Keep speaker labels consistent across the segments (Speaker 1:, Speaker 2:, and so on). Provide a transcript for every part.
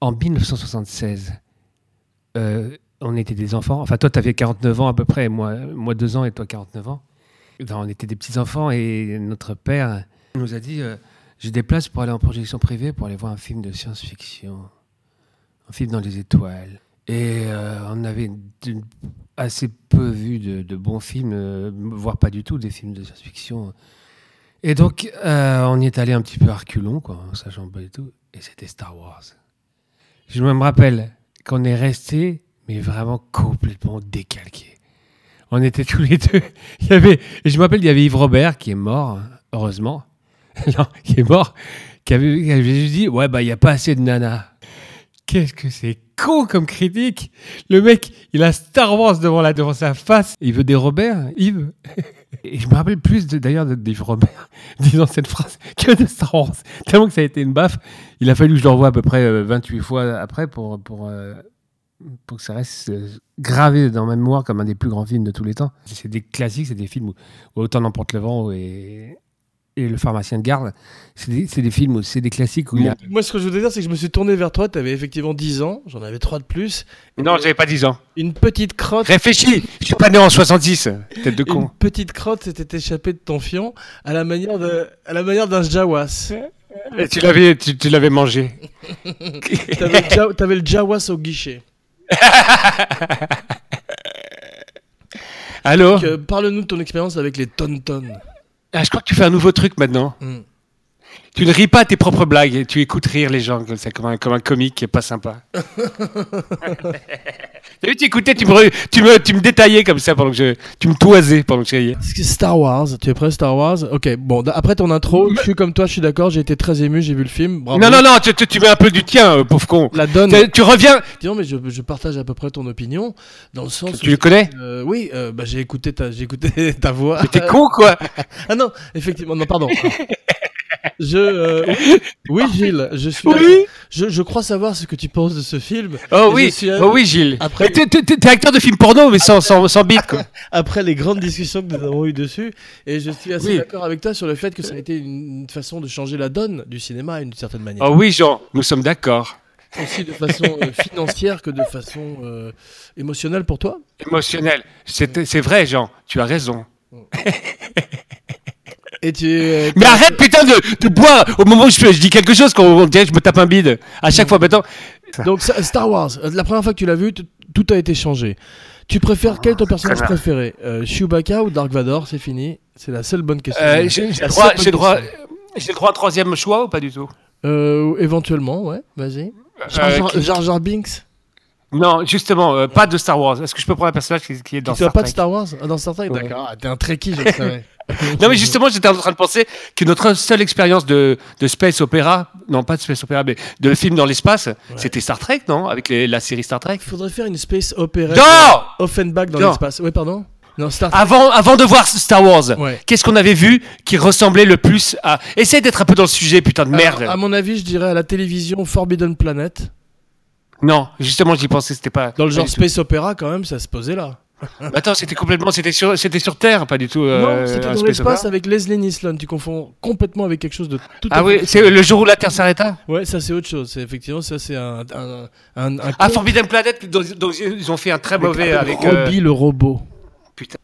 Speaker 1: en 1976, euh, on était des enfants. Enfin, toi, tu avais 49 ans à peu près, moi, moi 2 ans et toi 49 ans. Ben, on était des petits-enfants et notre père nous a dit euh, J'ai des places pour aller en projection privée pour aller voir un film de science-fiction, un film dans les étoiles. Et euh, on avait de- assez peu vu de, de bons films, euh, voire pas du tout des films de science-fiction. Et donc, euh, on y est allé un petit peu à reculons, quoi, en sachant pas du tout. Et c'était Star Wars. Je me rappelle qu'on est resté, mais vraiment complètement décalqué. On était tous les deux. Il y avait, et je me rappelle, il y avait Yves Robert qui est mort, hein, heureusement. non, qui est mort, qui avait, qui avait juste dit Ouais, bah, il n'y a pas assez de nanas. Qu'est-ce que c'est con comme critique Le mec, il a Star Wars devant, la, devant sa face. Il veut des Robert, Yves. Et je me rappelle plus de- d'ailleurs de- d'Yves Robert disant cette phrase que de Star Wars. Tellement que ça a été une baffe. Il a fallu que je le revoie à peu près euh, 28 fois après pour, pour, euh, pour que ça reste euh, gravé dans ma mémoire comme un des plus grands films de tous les temps. C'est des classiques, c'est des films où, où Autant n'emporte le vent et, et Le pharmacien de garde. C'est des, c'est des films, où c'est des classiques où il y a...
Speaker 2: Bon, Moi, ce que je voulais dire, c'est que je me suis tourné vers toi. T'avais effectivement 10 ans. J'en avais 3 de plus.
Speaker 1: Non, j'avais pas 10 ans.
Speaker 2: Une petite crotte.
Speaker 1: Réfléchis, je suis pas né en 70, tête de
Speaker 2: Une petite crotte s'était échappée de ton fion à la manière de, à la manière d'un Jawas. Euh,
Speaker 1: Et tu l'avais, tu, tu l'avais mangé.
Speaker 2: T'avais le, ja- t'avais le Jawas au guichet.
Speaker 1: Allô
Speaker 2: Donc, euh, Parle-nous de ton expérience avec les tontons.
Speaker 1: Ah, Je crois que tu fais un nouveau truc maintenant.
Speaker 2: Hmm.
Speaker 1: Tu ne ris pas à tes propres blagues, et tu écoutes rire les gens comme ça, comme un, comme un comique qui est pas sympa. T'as vu, tu écoutais, tu me, re- tu, me, tu me détaillais comme ça pendant que je. Tu me toisais pendant que je riais.
Speaker 2: Est-ce que Star Wars, tu es prêt Star Wars Ok, bon, d- après ton intro, je suis comme toi, je suis d'accord, j'ai été très ému, j'ai vu le film. Bravo.
Speaker 1: Non, non, non, tu, tu- tu mets un peu du tien, euh, pauvre con.
Speaker 2: La donne.
Speaker 1: Tu, tu reviens.
Speaker 2: Non, mais je, je partage à peu près ton opinion, dans le sens
Speaker 1: Tu le
Speaker 2: où.
Speaker 1: connais
Speaker 2: euh, oui, euh, bah, j'ai écouté ta, j'ai écouté ta voix.
Speaker 1: Mais T'es con, quoi.
Speaker 2: Ah non, effectivement, non, pardon. Je, euh, oui, oui, Gilles, je suis.
Speaker 1: Oui.
Speaker 2: Je, je crois savoir ce que tu penses de ce film.
Speaker 1: Oh
Speaker 2: Je
Speaker 1: oui,
Speaker 2: suis un-
Speaker 1: oh oui, Gilles.
Speaker 2: euh, Après-
Speaker 1: Mais T'es t'es- t'es acteur de film porno, mais sans, sans, sans bite, quoi.
Speaker 2: après les grandes discussions que nous avons eues dessus. Et je suis assez
Speaker 1: Oui.
Speaker 2: d'accord avec toi sur le fait que ça a été une une façon de changer la donne du cinéma d'une certaine manière.
Speaker 1: Oh oui, Jean, nous sommes d'accord.
Speaker 2: Aussi de façon euh, financière que de façon euh, émotionnelle pour toi.
Speaker 1: Émotionnel. C'est c'est vrai, Jean, tu as raison.
Speaker 2: Et tu es, euh,
Speaker 1: Mais arrête, putain, de, de boire au moment où je, je dis quelque chose, qu'on on dirait que je me tape un bide. À chaque fois maintenant.
Speaker 2: Donc ça- Star Wars, euh, la première fois que tu l'as vu, t- tout a été changé. Tu préfères quel est ton personnage
Speaker 1: connard.
Speaker 2: préféré Euh, Chewbacca ou Dark Vador C'est fini. C'est la seule bonne question.
Speaker 1: Euh, J'ai j'ai
Speaker 2: La
Speaker 1: le droit,
Speaker 2: seule
Speaker 1: j'ai le
Speaker 2: bonne
Speaker 1: droit,
Speaker 2: question.
Speaker 1: j'ai le droit à un troisième choix ou pas du tout
Speaker 2: Euh, éventuellement, ouais. Vas-y. Jar
Speaker 1: Euh,
Speaker 2: Jar,
Speaker 1: qui-
Speaker 2: Jar Jar Binks.
Speaker 1: Non, justement, euh, pas de Star Wars. Est-ce que je peux prendre un personnage qui, qui est dans
Speaker 2: tu n'as
Speaker 1: Star
Speaker 2: pas de
Speaker 1: Trek
Speaker 2: Star Wars Ah, dans Star Trek.
Speaker 1: Ouais.
Speaker 2: D'accord. Ah, T'es un trekkie, je le savais.
Speaker 1: Non, mais justement, j'étais en train de penser que notre seule expérience de, de space opéra, non pas de space opéra, mais de film dans l'espace, c'était Star Trek, non Avec les- la série Star Trek.
Speaker 2: Il faudrait faire une space opéra.
Speaker 1: Non
Speaker 2: Offenbach dans
Speaker 1: Non.
Speaker 2: l'espace. Ouais, pardon. Non, Star Trek.
Speaker 1: Avant, avant de voir Star Wars,
Speaker 2: Ouais.
Speaker 1: qu'est-ce qu'on avait vu qui ressemblait le plus à. Essaye d'être un peu dans le sujet, putain de merde.
Speaker 2: Alors, Euh, à mon avis, je dirais à la télévision Forbidden Planet.
Speaker 1: Non, justement, j'y pensais, c'était pas.
Speaker 2: Dans le genre
Speaker 1: pas du
Speaker 2: space opéra, quand même, ça se posait
Speaker 1: tout.
Speaker 2: là.
Speaker 1: Attends, c'était complètement. C'était sur, c'était sur Terre, pas du tout. euh,
Speaker 2: non, c'était
Speaker 1: un
Speaker 2: dans
Speaker 1: space
Speaker 2: l'espace
Speaker 1: opera.
Speaker 2: avec Leslie Nislan. Tu confonds complètement avec quelque chose de tout à
Speaker 1: Ah oui,
Speaker 2: fait-
Speaker 1: c'est le jour où la Terre s'arrêta
Speaker 2: Ouais, ça c'est autre chose. C'est effectivement ça c'est un un un, un
Speaker 1: Ah,
Speaker 2: con
Speaker 1: Forbidden Planet, dont, dont ils ont fait un très mauvais avec. euh,
Speaker 2: Robbie le robot.
Speaker 1: Putain.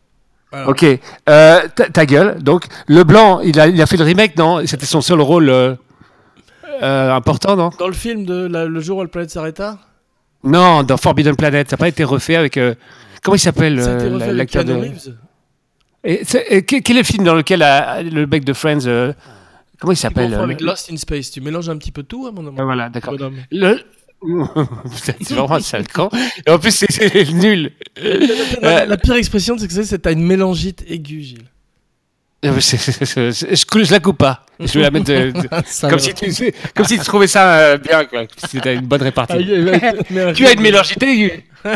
Speaker 2: Voilà.
Speaker 1: Ok, euh, ta, ta gueule. Donc, le blanc, il a, il a fait le remake, non C'était son seul rôle euh, euh, important, non
Speaker 2: Dans le film de la- le jour où la planète s'arrêta,
Speaker 1: Non, dans Forbidden Planet, ça n'a pas été refait avec. euh, comment il s'appelle
Speaker 2: ça a été
Speaker 1: euh,
Speaker 2: refait
Speaker 1: la-
Speaker 2: avec
Speaker 1: l'acteur
Speaker 2: Keanu
Speaker 1: de...
Speaker 2: Reeves.
Speaker 1: Et c'est- et que- Quel est le film dans lequel euh, le mec de Friends. euh, comment il
Speaker 2: Tu
Speaker 1: s'appelle
Speaker 2: confonds
Speaker 1: euh,
Speaker 2: avec Lost in Space. Tu mélanges un petit peu tout, hein, mon
Speaker 1: Ah,
Speaker 2: amour.
Speaker 1: voilà, d'accord.
Speaker 2: Bonhomme.
Speaker 1: Le... Putain, c'est vraiment un sale con. Et en plus, c'est- c'est nul.
Speaker 2: La, la pire expression, c'est que c'est- c'est t'as une mélangite aiguë, Gilles.
Speaker 1: Euh, c'est- c'est- c'est- c'est- je, cou- je la coupe pas. Je vais la mettre euh, de- de-
Speaker 2: Ah, Ça
Speaker 1: comme,
Speaker 2: va.
Speaker 1: si tu, comme si tu trouvais ça euh, bien. Quoi. Comme si C'était une bonne
Speaker 2: Ah,
Speaker 1: répartie.
Speaker 2: il- il- mais-
Speaker 1: Tu as une mélangité.
Speaker 2: Euh,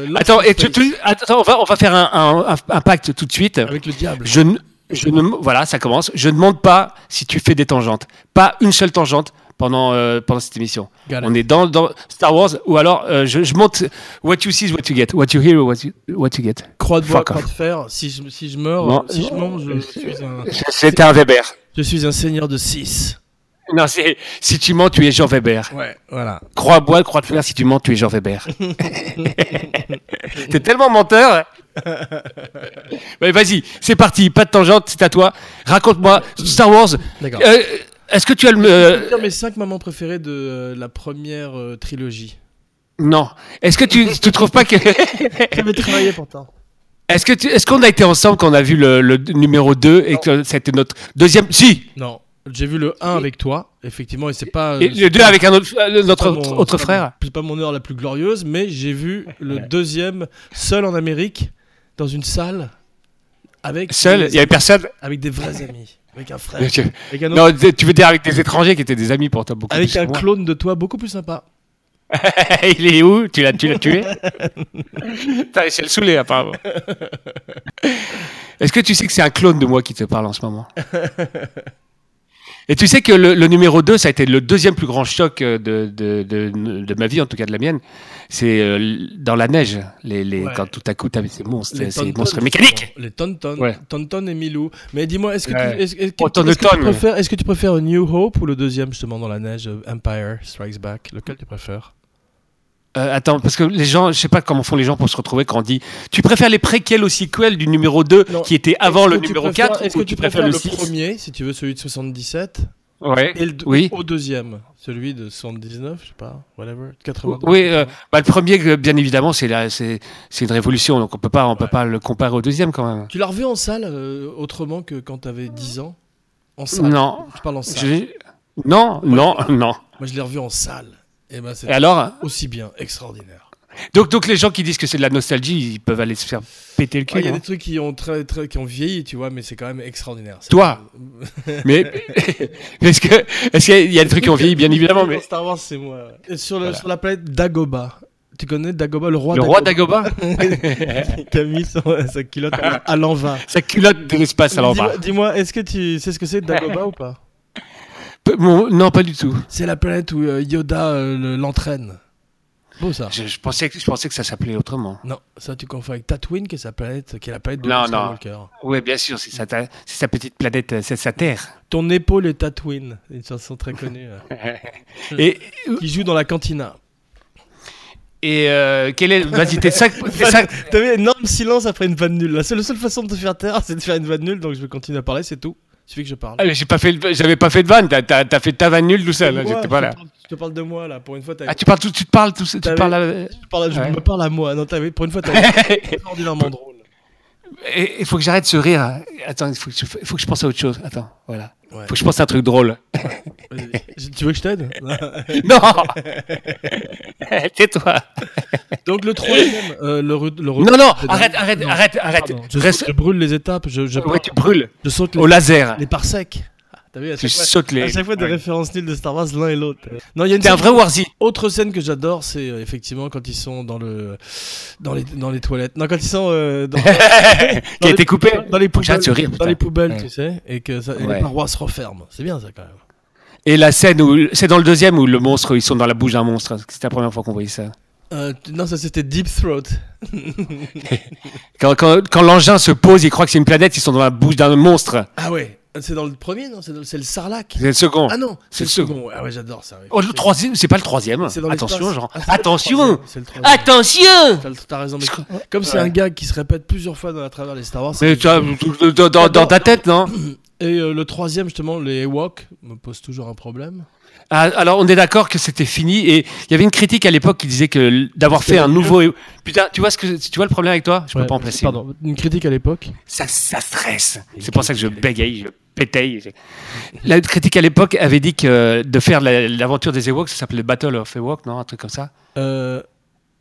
Speaker 2: Lost
Speaker 1: Attends,
Speaker 2: in
Speaker 1: et tu-
Speaker 2: Space,
Speaker 1: tu- attends, on, va, on va faire un, un- un- un pacte tout de suite.
Speaker 2: avec le diable.
Speaker 1: Je ne, je ne, voilà, ça commence. Je ne demande pas si tu fais des tangentes. Pas une seule tangente pendant, euh, pendant cette émission.
Speaker 2: Got it.
Speaker 1: On est dans, dans Star Wars ou alors euh, je, je monte What you see is what you get. What you hear is what you, what you get.
Speaker 2: Croix de bois,
Speaker 1: Fuck
Speaker 2: croix
Speaker 1: off.
Speaker 2: de fer. Si je si je meurs,
Speaker 1: Non.
Speaker 2: si je mange, je suis un
Speaker 1: C'était un Weber.
Speaker 2: je suis un seigneur de 6.
Speaker 1: Non, c'est si tu mens, tu es Jean Weber.
Speaker 2: Ouais, voilà.
Speaker 1: Croix bois, croix de fer, si tu mens, tu es Jean Weber. T'es tellement menteur. Ouais, Vas-y, c'est parti, pas de tangente, c'est à toi. Raconte-moi Star Wars.
Speaker 2: D'accord.
Speaker 1: Euh, Est-ce que tu as le.
Speaker 2: Je vais
Speaker 1: euh,
Speaker 2: te dire mes 5 mamans préférées de euh, la première euh, trilogie.
Speaker 1: non. Est-ce que tu, tu trouves pas que.
Speaker 2: J'avais travaillé pourtant.
Speaker 1: Est-ce que tu- est-ce qu'on a été ensemble quand on a vu le, le numéro 2 et que c'était notre deuxième. Si
Speaker 2: Non, j'ai vu le 1 avec toi, effectivement, et c'est pas.
Speaker 1: Et
Speaker 2: euh,
Speaker 1: Le 2 avec un autre, euh,
Speaker 2: c'est
Speaker 1: notre
Speaker 2: pas mon-
Speaker 1: autre,
Speaker 2: c'est
Speaker 1: autre
Speaker 2: pas
Speaker 1: frère
Speaker 2: mon- C'est pas mon heure la plus glorieuse, mais j'ai vu le deuxième seul en Amérique, dans une salle, avec,
Speaker 1: Seul, il
Speaker 2: des,
Speaker 1: y avait personne.
Speaker 2: avec des vrais amis, avec un frère,
Speaker 1: Tu-
Speaker 2: avec un, autre-
Speaker 1: Non, tu veux dire avec des étrangers qui étaient des amis pour toi beaucoup
Speaker 2: avec
Speaker 1: plus
Speaker 2: un
Speaker 1: que moi.
Speaker 2: clone de toi beaucoup plus sympa.
Speaker 1: Il est où Tu l'as tu l'as tué T'as réussi à le saouler, apparemment. Est-ce que tu sais que c'est un clone de moi qui te parle en ce moment Et tu sais que le, le numéro 2, ça a été le deuxième plus grand choc euh, de, de, de, de ma vie, en tout cas de la mienne. C'est euh, l- dans la neige, les, les,
Speaker 2: Ouais.
Speaker 1: quand tout à coup, t'as vu ces monstres,
Speaker 2: Les
Speaker 1: ces
Speaker 2: Tonton,
Speaker 1: monstres
Speaker 2: justement.
Speaker 1: mécaniques.
Speaker 2: Les Tonton,
Speaker 1: Ouais.
Speaker 2: Tonton et Milou. Mais dis-moi, est-ce que,
Speaker 1: Ouais.
Speaker 2: tu- est-ce- est-ce que-
Speaker 1: Oh, Tonton,
Speaker 2: est-ce que tu
Speaker 1: ouais.
Speaker 2: préfères- est-ce que tu préfères New Hope ou le deuxième justement dans la neige, euh, Empire Strikes Back Lequel tu préfères
Speaker 1: Euh, attends, parce que les gens, je sais pas comment font les gens pour se retrouver quand on dit tu préfères les préquels au sequel du numéro 2
Speaker 2: Non.
Speaker 1: qui était avant
Speaker 2: Est-ce
Speaker 1: le
Speaker 2: que tu
Speaker 1: numéro
Speaker 2: préfères-
Speaker 1: 4
Speaker 2: Est-ce
Speaker 1: ou
Speaker 2: que tu préfères le,
Speaker 1: le 6
Speaker 2: premier, si tu veux celui de 77,
Speaker 1: Ouais.
Speaker 2: et le deux-
Speaker 1: Oui.
Speaker 2: au deuxième, celui de 79, je sais pas, whatever, 82.
Speaker 1: Oui, euh, bah, le premier, euh, bien évidemment, c'est la- c'est c'est une révolution, donc on peut pas, on peut
Speaker 2: Ouais.
Speaker 1: pas le comparer au deuxième quand même.
Speaker 2: Tu l'as revu en salle euh, autrement que quand t'avais 10 ans En salle
Speaker 1: Non.
Speaker 2: Je parle en salle.
Speaker 1: Je- Non, non, non.
Speaker 2: Moi, je l'ai revu en salle. Et ben,
Speaker 1: Et
Speaker 2: c'est
Speaker 1: alors,
Speaker 2: aussi bien, extraordinaire.
Speaker 1: donc, donc les gens qui disent que c'est de la nostalgie, ils peuvent aller se faire péter le
Speaker 2: Ouais,
Speaker 1: cul.
Speaker 2: Il y a
Speaker 1: hein.
Speaker 2: des trucs qui ont, très, très, qui ont vieilli, tu vois, mais c'est quand même extraordinaire. C'est-
Speaker 1: Toi. Mais est-ce que, est-ce qu'il y a des trucs qui ont vieilli, bien évidemment, mais
Speaker 2: Star Wars, c'est moi. Et sur, le-
Speaker 1: Voilà.
Speaker 2: sur la planète Dagoba. Tu connais Dagoba, le roi
Speaker 1: le roi d'Agoba,
Speaker 2: qui a mis son- sa culotte à à l'envers.
Speaker 1: sa culotte de l'espace, alors
Speaker 2: Dis-moi-
Speaker 1: bah.
Speaker 2: Dis-moi, est-ce que tu sais ce que c'est Dagoba ou pas
Speaker 1: Peu- mon- non, pas du tout.
Speaker 2: C'est la planète où euh, Yoda euh, le- l'entraîne. Beau ça.
Speaker 1: Je, je pensais, que, je pensais que ça s'appelait autrement.
Speaker 2: Non, ça tu confonds avec Tatooine, qui est, sa planète, qui est la planète de
Speaker 1: Non,
Speaker 2: Luke
Speaker 1: non.
Speaker 2: Skywalker.
Speaker 1: Oui, bien sûr, c'est sa, ta- c'est sa petite planète, euh, c'est sa terre.
Speaker 2: Ton épaule est Tatooine, une chanson très connue. euh,
Speaker 1: Et,
Speaker 2: qui joue dans la cantina.
Speaker 1: et euh, quel est, vas-y, tes cinq- tes cinq,
Speaker 2: T'avais énorme silence après une vanne nulle. La seule, la seule façon de te faire taire, c'est de faire une vanne nulle, donc je vais continuer à parler, c'est tout. Il suffit que je parle.
Speaker 1: Ah, mais j'ai pas fait, le- j'avais pas fait de vanne. T'as, t'as- t'as fait ta vanne nulle tout seul.
Speaker 2: Moi,
Speaker 1: hein, J'étais pas là.
Speaker 2: Je te, parle, je te parle de moi, là, pour une fois, t'as-
Speaker 1: Ah, tu parles, tout- tu te parles, tout, tu
Speaker 2: T'avais-
Speaker 1: parles. euh, à-
Speaker 2: je, parle- je
Speaker 1: Ouais.
Speaker 2: me parle à moi. Non, t'avais- pour une fois, t'as extraordinairement drôle.
Speaker 1: Et- Il faut que j'arrête ce rire. Attends, il faut que je, il faut que je pense à autre chose. Attends, voilà.
Speaker 2: Ouais.
Speaker 1: Faut que je pense à un truc drôle.
Speaker 2: Je- tu veux que je t'aide
Speaker 1: non. Tais-toi.
Speaker 2: Donc le troisième, euh, le, re- le re-
Speaker 1: Non, non.
Speaker 2: Jedi.
Speaker 1: Arrête, arrête,
Speaker 2: Non,
Speaker 1: arrête, arrête.
Speaker 2: pardon, je,
Speaker 1: Reste-
Speaker 2: je brûle les étapes, je, je,
Speaker 1: Ouais, tu Oh brûles
Speaker 2: je saute les,
Speaker 1: au laser.
Speaker 2: les parsecs. Ah, T'as vu, à
Speaker 1: Tu
Speaker 2: chaque, fois,
Speaker 1: sautes les.
Speaker 2: à chaque fois des
Speaker 1: Ouais.
Speaker 2: références nulles de Star Wars, l'un et l'autre. Non, il y a une
Speaker 1: T'es un
Speaker 2: scène-
Speaker 1: vrai Warzy.
Speaker 2: Autre scène que j'adore, c'est euh, effectivement quand ils sont dans le dans les dans les toilettes. Non, quand ils sont euh, dans,
Speaker 1: Qui a été coupé.
Speaker 2: dans les
Speaker 1: Faut que
Speaker 2: poubelles,
Speaker 1: j'arrête ce rire,
Speaker 2: dans les
Speaker 1: putain.
Speaker 2: poubelles,
Speaker 1: Ouais.
Speaker 2: tu sais, et que ça, et les
Speaker 1: Ouais.
Speaker 2: parois se referment. C'est bien ça quand même.
Speaker 1: Et la scène où c'est dans le deuxième où le monstre ils sont dans la bouche d'un monstre. hein, C'était la première fois qu'on voyait ça.
Speaker 2: Euh, tu- non, ça c'était Deep Throat.
Speaker 1: Quand, quand- quand l'engin se pose, ils croient que c'est une planète. Ils sont dans la bouche d'un monstre.
Speaker 2: Ah ouais, c'est dans le premier, non C'est dans- c'est le Sarlac.
Speaker 1: C'est le second.
Speaker 2: Ah non,
Speaker 1: c'est
Speaker 2: c'est le
Speaker 1: le
Speaker 2: second. Ouais, Ah ouais, j'adore ça. ouais.
Speaker 1: Oh, le troisième, c'est pas le troisième.
Speaker 2: C'est dans
Speaker 1: Attention,
Speaker 2: l'espace.
Speaker 1: genre.
Speaker 2: Ah, c'est le
Speaker 1: Attention
Speaker 2: troisième, C'est le troisième.
Speaker 1: Attention
Speaker 2: T'as- T'as raison, mais
Speaker 1: Je crois-
Speaker 2: comme c'est
Speaker 1: Ouais.
Speaker 2: un gag qui se répète plusieurs fois dans- à travers les Star Wars.
Speaker 1: Mais
Speaker 2: c'est-
Speaker 1: tu as- dans, dans- dans- dans ta tête, non
Speaker 2: Et euh, le troisième, justement, les Ewoks, me pose toujours un problème.
Speaker 1: Ah, Alors, on est d'accord que c'était fini. Et il y avait une critique à l'époque qui disait que l- d'avoir fait un nouveau. Putain, tu vois, ce que, tu vois le problème avec toi Je peux
Speaker 2: Ouais,
Speaker 1: pas en placer.
Speaker 2: Pardon, une critique à l'époque.
Speaker 1: Ça, ça stresse. C'est pour ça que je bégaye, je pétaille. Je- La critique à l'époque avait dit que de faire la- l'aventure des Ewoks, ça s'appelait Battle of Ewoks, non Un truc comme ça
Speaker 2: Euh,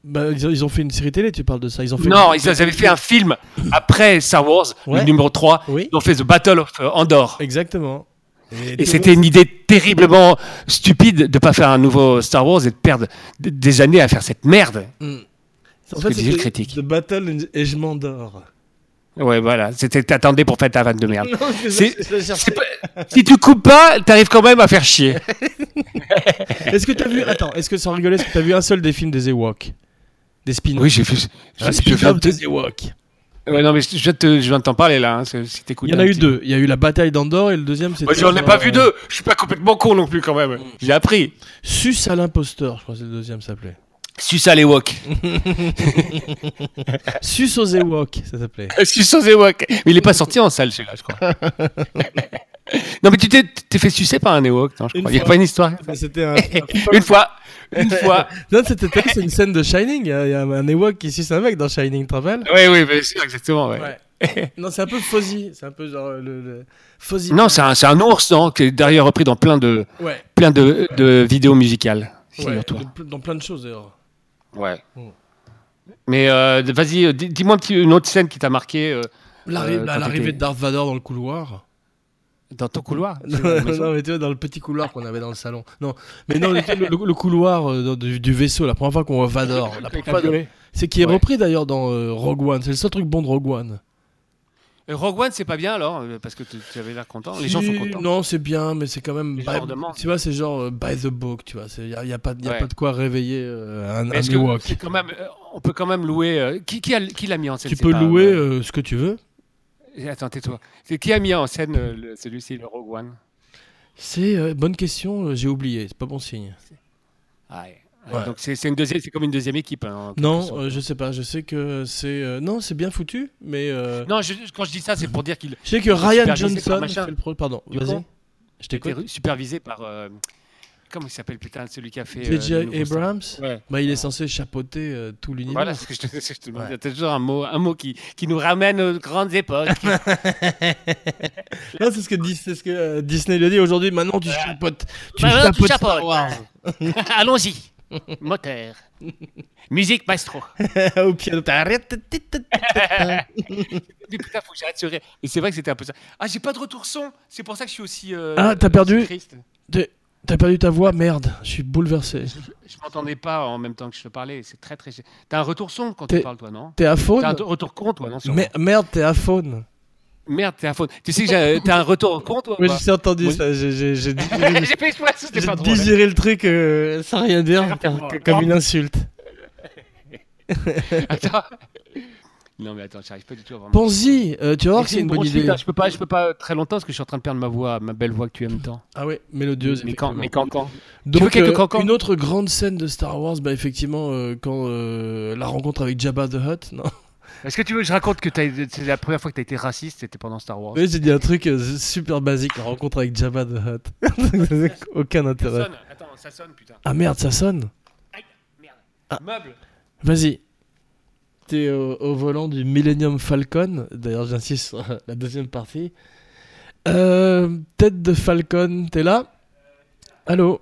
Speaker 2: bah, ils, ont, ils ont fait une série télé, tu parles de ça. Ils ont fait
Speaker 1: Non, ils avaient fait un film après Star Wars,
Speaker 2: Ouais.
Speaker 1: le numéro 3.
Speaker 2: Oui,
Speaker 1: Ils ont fait The Battle of euh, Andorre.
Speaker 2: exactement.
Speaker 1: Et c'était une idée terriblement stupide de pas faire un nouveau Star Wars et de perdre d- des années à faire cette merde.
Speaker 2: Mm. En
Speaker 1: ce
Speaker 2: fait,
Speaker 1: que disait le
Speaker 2: c'était
Speaker 1: critique.
Speaker 2: The Battle et je m'endors.
Speaker 1: Ouais, voilà, c'était t'attendais pour faire ta vanne de merde.
Speaker 2: Non, c'est
Speaker 1: Ah. C'est-
Speaker 2: ça, je cherchais.
Speaker 1: C'est pas- si tu coupes pas, t'arrives quand même à faire chier.
Speaker 2: Est-ce que t'as vu. Attends, est-ce que sans rigoler, est-ce que t'as vu un seul des films des Ewoks Des spin-offs
Speaker 1: Oui, j'ai fait.
Speaker 2: Un
Speaker 1: j'ai fait-
Speaker 2: spin-off des Ewoks.
Speaker 1: Ah, Ouais, non, mais je, je te, je viens de t'en parler là. hein, si t'écoutes
Speaker 2: Il y en a
Speaker 1: un
Speaker 2: eu
Speaker 1: petit-
Speaker 2: deux. Il y a eu la bataille d'Andorre et le deuxième, c'était.
Speaker 1: Moi, j'en ai
Speaker 2: euh,
Speaker 1: pas vu deux. Je suis pas complètement con non plus quand même. J'ai appris.
Speaker 2: Sus à l'imposteur, je crois que c'est le deuxième s'appelait.
Speaker 1: Suce à l'Ewok.
Speaker 2: Sus aux Ewoks, ça s'appelait.
Speaker 1: Suce aux Ewoks. Mais il est pas sorti en salle celui-là, je crois. non, mais tu t'es, t'es fait sucer par un Ewok, non, je
Speaker 2: Une
Speaker 1: crois. Il y a
Speaker 2: fois.
Speaker 1: pas une histoire.
Speaker 2: C'était un.
Speaker 1: Une fois. Une fois.
Speaker 2: Non, c'était c'est une scène de Shining. hein. Il y a il y a un Ewok qui suce un mec dans Shining, Travel.
Speaker 1: Oui, oui, bien sûr, exactement. ouais.
Speaker 2: Ouais. non, c'est un peu Fozzy. C'est un peu genre le. le... Fozzy.
Speaker 1: Non, c'est un, c'est un ours, non, qui est d'ailleurs repris dans plein de,
Speaker 2: Ouais.
Speaker 1: plein de, de vidéos musicales.
Speaker 2: ouais.
Speaker 1: Figure-toi.
Speaker 2: de- Dans plein de choses d'ailleurs.
Speaker 1: Ouais.
Speaker 2: Mm.
Speaker 1: Mais euh, vas-y, euh, dis- dis-moi un petit- une autre scène qui t'a marqué euh,
Speaker 2: L'arri-
Speaker 1: Euh,
Speaker 2: bah,
Speaker 1: quand
Speaker 2: L'arrivée
Speaker 1: t'étais-
Speaker 2: de Darth Vader dans le couloir.
Speaker 1: dans ton couloir.
Speaker 2: Non,
Speaker 1: dans la maison.
Speaker 2: non, mais tu vois, dans le petit couloir qu'on avait dans le salon. Non, mais non, le, le- le couloir euh, dans- du, du vaisseau, la première fois qu'on voit Vador. la première fois de- C'est qui est
Speaker 1: Ouais.
Speaker 2: repris d'ailleurs dans euh, Rogue One. C'est le seul truc bon de Rogue One.
Speaker 1: Euh, Rogue One, c'est pas bien alors, euh, parce que tu tu avais l'air content. Les
Speaker 2: Si,
Speaker 1: gens sont contents.
Speaker 2: Non, c'est bien, mais c'est quand même.
Speaker 1: Les gens
Speaker 2: by-
Speaker 1: en demandent.
Speaker 2: tu vois, c'est genre euh, by the book, tu vois. Il n'y a, y a pas y a
Speaker 1: Ouais.
Speaker 2: pas de quoi réveiller euh, un,
Speaker 1: Mais
Speaker 2: un
Speaker 1: est-ce que
Speaker 2: Ewok.
Speaker 1: c'est quand même, euh, on peut quand même louer. euh, qui qui a- qui l'a mis en scène
Speaker 2: Tu
Speaker 1: c'est
Speaker 2: peux
Speaker 1: pas,
Speaker 2: louer
Speaker 1: euh,
Speaker 2: euh, ce que tu veux.
Speaker 1: euh, Attends, tais-toi. C'est qui a mis en scène euh, le- celui-ci, le Rogue One
Speaker 2: C'est euh, bonne question, euh, j'ai oublié, c'est pas bon signe.
Speaker 1: Ah, ouais.
Speaker 2: Ouais.
Speaker 1: Donc c'est c'est une deuxième, c'est comme une deuxième équipe. hein, en quelque
Speaker 2: Non,
Speaker 1: sorte.
Speaker 2: euh, je sais pas, je sais que c'est. euh, non, c'est bien foutu, mais. euh,
Speaker 1: non. je- quand je dis ça, c'est pour dire qu'il
Speaker 2: je sais que Ryan
Speaker 1: supervisé par
Speaker 2: Johnson.
Speaker 1: machin.
Speaker 2: fait le pro- Pardon,
Speaker 1: Du
Speaker 2: vas-y.
Speaker 1: con.
Speaker 2: Je
Speaker 1: était
Speaker 2: t'écoute.
Speaker 1: ru- supervisé par euh, comment il s'appelle putain celui qui a fait. euh,
Speaker 2: J.J.
Speaker 1: le nouveau Star-
Speaker 2: Abrams,
Speaker 1: Ouais.
Speaker 2: bah, il est censé chapeauter euh, tout l'univers.
Speaker 1: Voilà ce que je te, je te demandais.
Speaker 2: Ouais.
Speaker 1: T'as toujours un mot, un mot qui, qui nous ramène aux grandes époques.
Speaker 2: Non, Ah, c'est ce que, Dis- c'est ce que euh, Disney lui a dit aujourd'hui. Maintenant, tu chapeautes. Tu
Speaker 1: Maintenant, tu
Speaker 2: chapeautes Star Wars.
Speaker 1: Allons-y. Moteur. Musique maestro.
Speaker 2: au piano. T'arrêtes.
Speaker 1: Mais putain, faut que j'arrête sur rire. Et c'est vrai que c'était un peu ça. Ah, j'ai pas de retour son. C'est pour ça que je suis aussi. euh,
Speaker 2: Ah, t'as perdu
Speaker 1: aussi triste.
Speaker 2: T'as perdu ta voix, merde. Je suis bouleversé.
Speaker 1: Je m'entendais pas en même temps que je te parlais. C'est très très. T'as un retour son quand
Speaker 2: T'es-
Speaker 1: tu parles, toi, non
Speaker 2: T'es à faune
Speaker 1: T'as un retour con, toi, non sûrement
Speaker 2: Mer- Merde, t'es à faune.
Speaker 1: Merde, t'es à faute. Tu sais que j'ai- t'as un retour con, toi ou
Speaker 2: Oui,
Speaker 1: pas
Speaker 2: j'ai entendu
Speaker 1: Oui.
Speaker 2: ça. J'ai- J'ai j'ai digéré-
Speaker 1: J'ai fait exprès, c'était
Speaker 2: j'ai
Speaker 1: pas drôle. hein.
Speaker 2: digéré le truc euh, sans rien dire, car-
Speaker 1: drôle.
Speaker 2: comme une insulte.
Speaker 1: Attends. Non, mais attends, j'arrive pas du tout à voir.
Speaker 2: Pense-y, euh, tu vas voir que c'est une bonne
Speaker 1: grosse
Speaker 2: idée.
Speaker 1: lutte, hein. Je peux pas, je peux pas très longtemps parce que je suis en train de perdre ma voix, ma belle voix que tu aimes tant.
Speaker 2: Ah ouais, mélodieuse.
Speaker 1: Mais quand, mais
Speaker 2: effectivement.
Speaker 1: quand, quand
Speaker 2: Donc,
Speaker 1: veux quelques
Speaker 2: euh,
Speaker 1: cancans
Speaker 2: une autre grande scène de Star Wars, bah effectivement, euh, quand euh, la rencontre avec Jabba the Hutt, non
Speaker 1: Est-ce que tu veux que je raconte que t'as- c'est la première fois que t'as été raciste, c'était pendant Star Wars
Speaker 2: Oui, j'ai dit un truc euh, super basique, la rencontre avec Jabba the Hutt. Aucun intérêt.
Speaker 1: attends, ça sonne, putain.
Speaker 2: Ah merde, ça sonne
Speaker 1: Merde.
Speaker 2: Ah.
Speaker 1: Meuble.
Speaker 2: Vas-y. T'es au, au volant du Millennium Falcon. D'ailleurs, j'insiste sur la deuxième partie. Euh, tête de Falcon, t'es là Allô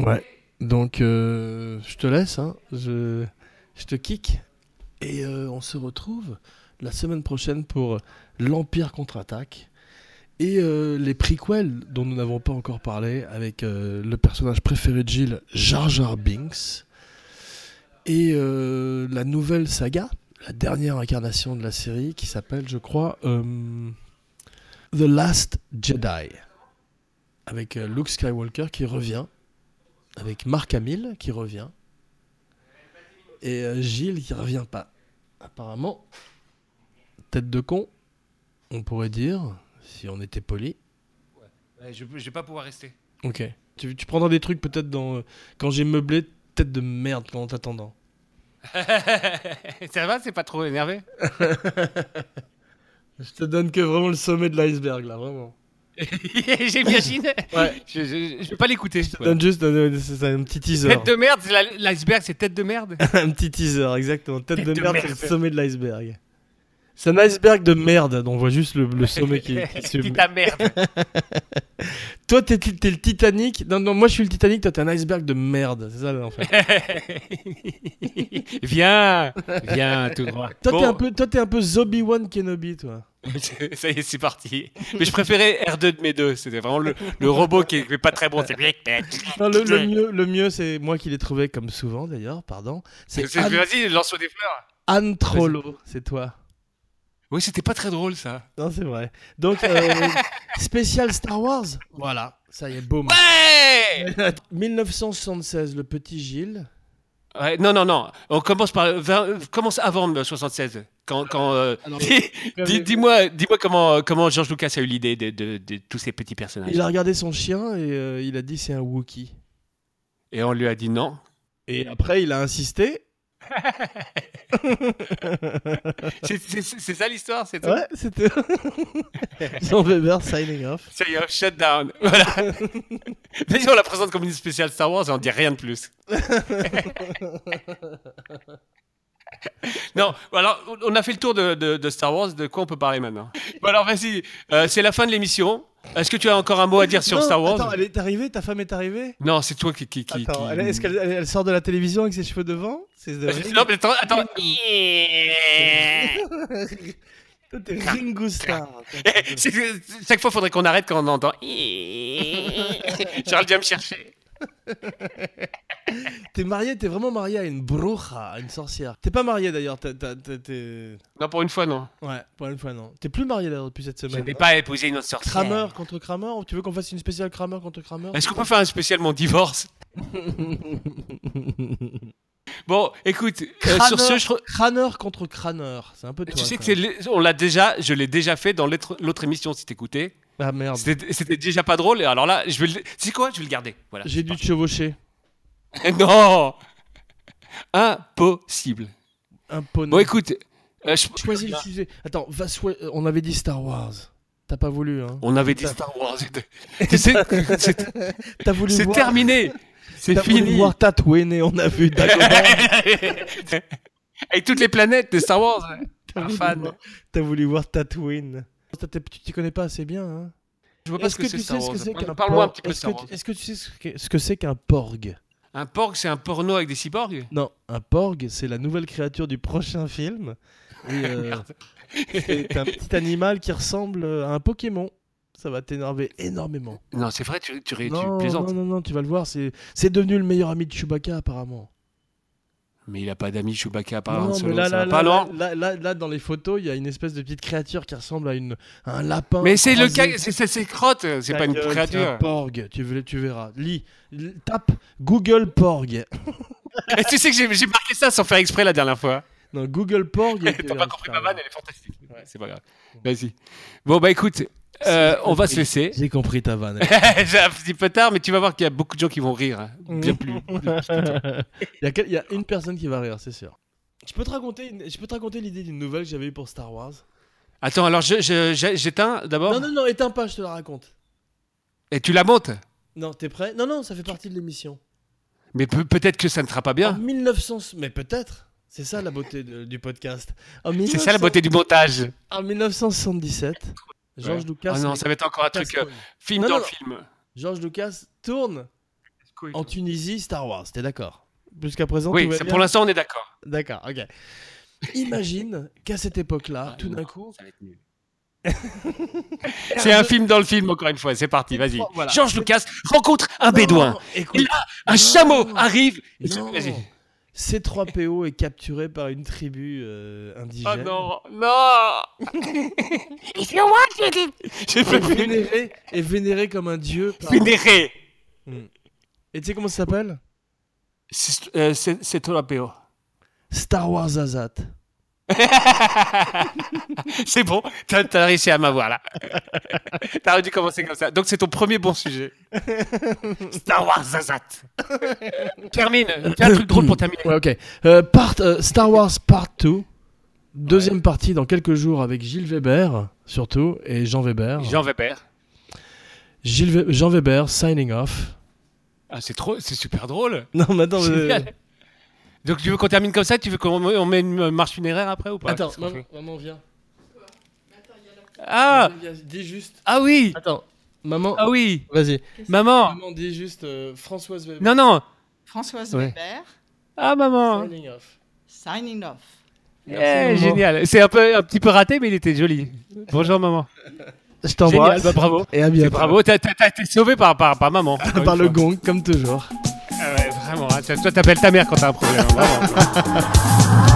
Speaker 2: Ouais. Donc, euh, je te laisse. hein. Je, je te kick. Et euh, on se retrouve la semaine prochaine pour l'Empire contre-attaque. Et euh, les prequels dont nous n'avons pas encore parlé avec euh, le personnage préféré de Gilles, Jar Jar Binks et euh, la nouvelle saga, la dernière incarnation de la série qui s'appelle, je crois, euh, The Last Jedi, avec euh, Luke Skywalker qui revient, avec Mark Hamill qui revient, et euh, Gilles qui revient pas. Apparemment, tête de con, on pourrait dire, si on était poli.
Speaker 1: je, je vais pas pouvoir rester.
Speaker 2: Ok. Tu, tu prendras des trucs peut-être dans euh, quand j'ai meublé tête de merde en t'attendant.
Speaker 1: ça va, c'est pas trop énervé
Speaker 2: Je te donne que vraiment le sommet de l'iceberg, là, vraiment.
Speaker 1: J'imagine.
Speaker 2: Ouais.
Speaker 1: Je, je, je vais pas l'écouter.
Speaker 2: Donne juste un, euh, c'est ça, un petit teaser.
Speaker 1: Tête de merde, c'est la- l'iceberg, c'est tête de merde.
Speaker 2: un petit teaser, exactement. Tête,
Speaker 1: Tête
Speaker 2: de,
Speaker 1: de
Speaker 2: merde,
Speaker 1: merde.
Speaker 2: c'est le sommet de l'iceberg. C'est un iceberg de merde, dont on voit juste le, le sommet qui, qui
Speaker 1: Dis
Speaker 2: se...
Speaker 1: ta merde.
Speaker 2: Toi, t'es t'es le Titanic. Non, non, moi, je suis le Titanic, toi, t'es un iceberg de merde. C'est ça, là, en fait.
Speaker 1: viens, viens tout droit.
Speaker 2: Toi,
Speaker 1: Bon.
Speaker 2: t'es un peu, toi, t'es un peu Zobi-Wan Kenobi, toi.
Speaker 1: Ça y est, c'est parti. Mais je préférais R2 de mes deux. C'était vraiment le, le robot qui est pas très bon. C'est
Speaker 2: Non, le, le mieux, le mieux c'est moi qui l'ai trouvé, comme souvent, d'ailleurs, pardon. C'est
Speaker 1: C'est-
Speaker 2: Anne,
Speaker 1: Vas-y, lance des fleurs.
Speaker 2: Anne Trollo, c'est toi.
Speaker 1: Oui, c'était pas très drôle ça.
Speaker 2: Non, c'est vrai. Donc, euh, spécial Star Wars. Voilà, ça y est, boum.
Speaker 1: Ouais
Speaker 2: 1976, le petit Gilles
Speaker 1: Ouais, non, non, non. On commence par vingt- euh, commence avant le 76. Quand, quand, euh,
Speaker 2: Alors,
Speaker 1: dis-
Speaker 2: mais-
Speaker 1: dis- dis-moi, dis-moi comment comment George Lucas a eu l'idée de, de- de tous ces petits personnages.
Speaker 2: Il a regardé son chien et euh, il a dit c'est un Wookie.
Speaker 1: Et on lui a dit non.
Speaker 2: Et après, il a insisté.
Speaker 1: C'est- C'est c'est ça l'histoire, c'est tout.
Speaker 2: Ouais, c'était Jean Weber signing off.
Speaker 1: Ça y est, shut down. Voilà. Vas-y, on la présente comme une spéciale Star Wars et on dit rien de plus. non, alors on a fait le tour de, de- de Star Wars, de quoi on peut parler maintenant Bon alors vas-y, euh, c'est la fin de l'émission. Est-ce que tu as encore un mot à dire sur
Speaker 2: Non,
Speaker 1: Star Wars
Speaker 2: Attends, elle est arrivée, ta femme est arrivée
Speaker 1: Non, c'est toi qui... qui, qui-
Speaker 2: Attends,
Speaker 1: qui- Euh,
Speaker 2: elle, est-ce qu'elle elle- elle sort de la télévision avec ses cheveux devant C'est de Ring-
Speaker 1: Non, mais attends, attends.
Speaker 2: Toi, t'es Ringo Starr.
Speaker 1: C'est- c'est- Chaque fois, faudrait qu'on arrête quand on entend. Charles vient me chercher.
Speaker 2: T'es marié, t'es vraiment marié à une bruja, à une sorcière. T'es pas marié d'ailleurs, t'as- t'as- t'as- t'es...
Speaker 1: Non, pour une fois, non.
Speaker 2: Ouais, pour une fois non. T'es plus marié d'ailleurs depuis cette
Speaker 1: Je
Speaker 2: semaine.
Speaker 1: n'ai
Speaker 2: hein.
Speaker 1: pas épousé une autre sorcière.
Speaker 2: Kramer contre Kramer ou Tu veux qu'on fasse une spéciale Kramer contre Kramer
Speaker 1: Est-ce qu'on peut faire un spécial mon divorce Bon, écoute, euh,
Speaker 2: Kramer.
Speaker 1: sur ce, je, re-
Speaker 2: Kramer contre Kramer, c'est un peu toi.
Speaker 1: tu sais
Speaker 2: ça.
Speaker 1: que c'est l'é- on l'a déjà, je l'ai déjà fait dans l'être- l'autre émission si t'écoutais.
Speaker 2: Ah merde,
Speaker 1: C'était c'était déjà pas drôle. et Alors là, je vais, le- tu sais quoi, je vais le garder. Voilà.
Speaker 2: j'ai dû te chevaucher.
Speaker 1: non, impossible.
Speaker 2: Un poney.
Speaker 1: Bon, écoute, euh, je-
Speaker 2: Choisis le sujet. Attends, va soi- euh, on avait dit Star Wars. T'as pas voulu, hein
Speaker 1: on avait dit Star Wars. Tu sais, c'est
Speaker 2: T'as voulu
Speaker 1: c'est
Speaker 2: voir...
Speaker 1: terminé, c'est
Speaker 2: T'as voulu
Speaker 1: fini.
Speaker 2: voir Tatooine et on a vu Dagobah.
Speaker 1: Avec toutes les planètes de Star Wars.
Speaker 2: T'as
Speaker 1: Un
Speaker 2: voulu
Speaker 1: fan.
Speaker 2: voir- T'as voulu voir Tatooine. T'as- t'as- Tu t'y connais pas assez bien, hein
Speaker 1: Je vois pas ce que, c'est
Speaker 2: tu sais
Speaker 1: Star
Speaker 2: ce
Speaker 1: Wars.
Speaker 2: que c'est qu'un
Speaker 1: Parle-moi un
Speaker 2: porg
Speaker 1: petit peu de
Speaker 2: Est-ce
Speaker 1: Star
Speaker 2: que
Speaker 1: Wars.
Speaker 2: tu- Est-ce que tu sais ce que- ce que c'est qu'un porg
Speaker 1: Un porg, c'est un porno avec des cyborgs
Speaker 2: Non, un porg, c'est la nouvelle créature du prochain film. Et, euh, c'est un petit animal qui ressemble euh, à un Pokémon. Ça va t'énerver énormément.
Speaker 1: Non, c'est vrai, tu, tu, tu
Speaker 2: non,
Speaker 1: plaisantes.
Speaker 2: non, non, non, tu vas le voir. C'est c'est devenu le meilleur ami de Chewbacca, apparemment.
Speaker 1: Mais il a pas d'amis Chewbacca à part un
Speaker 2: non,
Speaker 1: solo,
Speaker 2: mais là,
Speaker 1: ça
Speaker 2: là,
Speaker 1: va
Speaker 2: là,
Speaker 1: pas,
Speaker 2: là,
Speaker 1: non
Speaker 2: là, là, là, dans les photos, il y a une espèce de petite créature qui ressemble à, une, à un lapin.
Speaker 1: Mais c'est le
Speaker 2: croisé.
Speaker 1: cas, c'est- c'est c'est crotte, c'est
Speaker 2: Ta
Speaker 1: pas une
Speaker 2: gueule, c'est un
Speaker 1: créature.
Speaker 2: porg, tu, veux- tu verras. Lis, l- tape Google porg.
Speaker 1: Mais tu sais que j'ai j'ai marqué ça sans faire exprès la dernière fois.
Speaker 2: Non, Google porg. et tu
Speaker 1: T'as
Speaker 2: verras,
Speaker 1: pas compris
Speaker 2: je
Speaker 1: ma
Speaker 2: parle.
Speaker 1: vanne, elle est fantastique. hein. C'est pas grave. Vas-y. Bon, bah écoute, euh, on va se laisser.
Speaker 2: J'ai compris ta vanne.
Speaker 1: j'ai un petit peu tard, mais tu vas voir qu'il y a beaucoup de gens qui vont rire. hein. Bien plus.
Speaker 2: Il y, a quel- il y a une personne qui va rire, c'est sûr. Je peux te raconter, une- je peux te raconter l'idée d'une nouvelle que j'avais eue pour Star Wars.
Speaker 1: Attends, alors je- je- je- j'éteins d'abord
Speaker 2: Non, non, non, éteins pas, je te la raconte.
Speaker 1: et tu la montes.
Speaker 2: Non, t'es prêt Non, non, ça fait partie de l'émission.
Speaker 1: Mais pe- peut-être que ça ne sera pas
Speaker 2: En
Speaker 1: bien.
Speaker 2: 1900, mais peut-être. C'est ça la beauté de- du podcast. En
Speaker 1: C'est
Speaker 2: 1900
Speaker 1: ça la beauté du montage.
Speaker 2: En 1977, George
Speaker 1: Ouais.
Speaker 2: Lucas.
Speaker 1: oh non, ça va être encore un truc. euh, film
Speaker 2: Non,
Speaker 1: dans
Speaker 2: non,
Speaker 1: le
Speaker 2: non.
Speaker 1: film.
Speaker 2: George Lucas tourne en Tunisie Star Wars. T'es d'accord Jusqu'à présent,
Speaker 1: Oui,
Speaker 2: tout va
Speaker 1: c'est-
Speaker 2: bien
Speaker 1: pour l'instant, on est d'accord.
Speaker 2: D'accord, ok. Imagine qu'à cette époque-là,
Speaker 1: Ah,
Speaker 2: tout d'un
Speaker 1: non.
Speaker 2: coup,
Speaker 1: C'est un film dans le film, encore une fois. C'est parti, vas-y.
Speaker 2: Voilà.
Speaker 1: Georges Lucas rencontre un
Speaker 2: Non,
Speaker 1: bédouin.
Speaker 2: écoute,
Speaker 1: Il Un
Speaker 2: non.
Speaker 1: chameau
Speaker 2: Ah,
Speaker 1: arrive. et-
Speaker 2: Non.
Speaker 1: Vas-y.
Speaker 2: C3PO est capturé par une tribu euh,
Speaker 1: Oh
Speaker 2: indigène.
Speaker 1: non, non J'ai
Speaker 2: Est
Speaker 1: fait véné-
Speaker 2: vénéré, est vénéré comme un dieu. par-
Speaker 1: vénéré.
Speaker 2: Et tu sais comment ça s'appelle
Speaker 1: C'est euh, c'est- c'est toi la PO.
Speaker 2: Star Wars Azat.
Speaker 1: C'est bon, t'as t'as réussi à m'avoir là. T'as dû commencer comme ça. Donc c'est ton premier bon sujet. Star Wars Zazat. Termine. Fais un truc drôle pour terminer.
Speaker 2: Ouais, ok. Euh, part, euh, Star Wars Part 2. Deuxième partie dans quelques jours avec Gilles Weber, surtout, et Jean Weber.
Speaker 1: Jean Weber.
Speaker 2: Gilles Ve- Jean Weber, signing off.
Speaker 1: Ah, c'est trop, c'est super drôle.
Speaker 2: Non, mais attends. euh,
Speaker 1: Génial. Donc tu veux qu'on termine comme ça Tu veux qu'on on met une marche funéraire après ou pas
Speaker 2: Attends,
Speaker 1: Qu'est-ce qu'on
Speaker 2: maman,
Speaker 1: fait
Speaker 2: maman, viens.
Speaker 1: Ah
Speaker 2: Viens, Dis juste.
Speaker 1: ah oui
Speaker 2: Attends, maman.
Speaker 1: ah oui
Speaker 2: Vas-y.
Speaker 1: maman
Speaker 2: Maman, dis juste euh, Françoise Weber.
Speaker 1: non non
Speaker 3: Françoise
Speaker 1: Ouais.
Speaker 3: Weber,
Speaker 1: ah maman
Speaker 2: Signing off.
Speaker 3: signing off.
Speaker 1: Eh, génial c'est un peu un petit peu raté mais il était joli bonjour maman
Speaker 2: Je
Speaker 1: génial
Speaker 2: t'embrasse.
Speaker 1: bah, bravo
Speaker 2: Et à
Speaker 1: C'est
Speaker 2: bientôt.
Speaker 1: bravo t'as t'as- t'as été sauvé par par, par maman
Speaker 2: Par le gong, comme toujours.
Speaker 1: Ah ouais, vraiment hein. toi t'appelles ta mère quand t'as un problème hein, vraiment.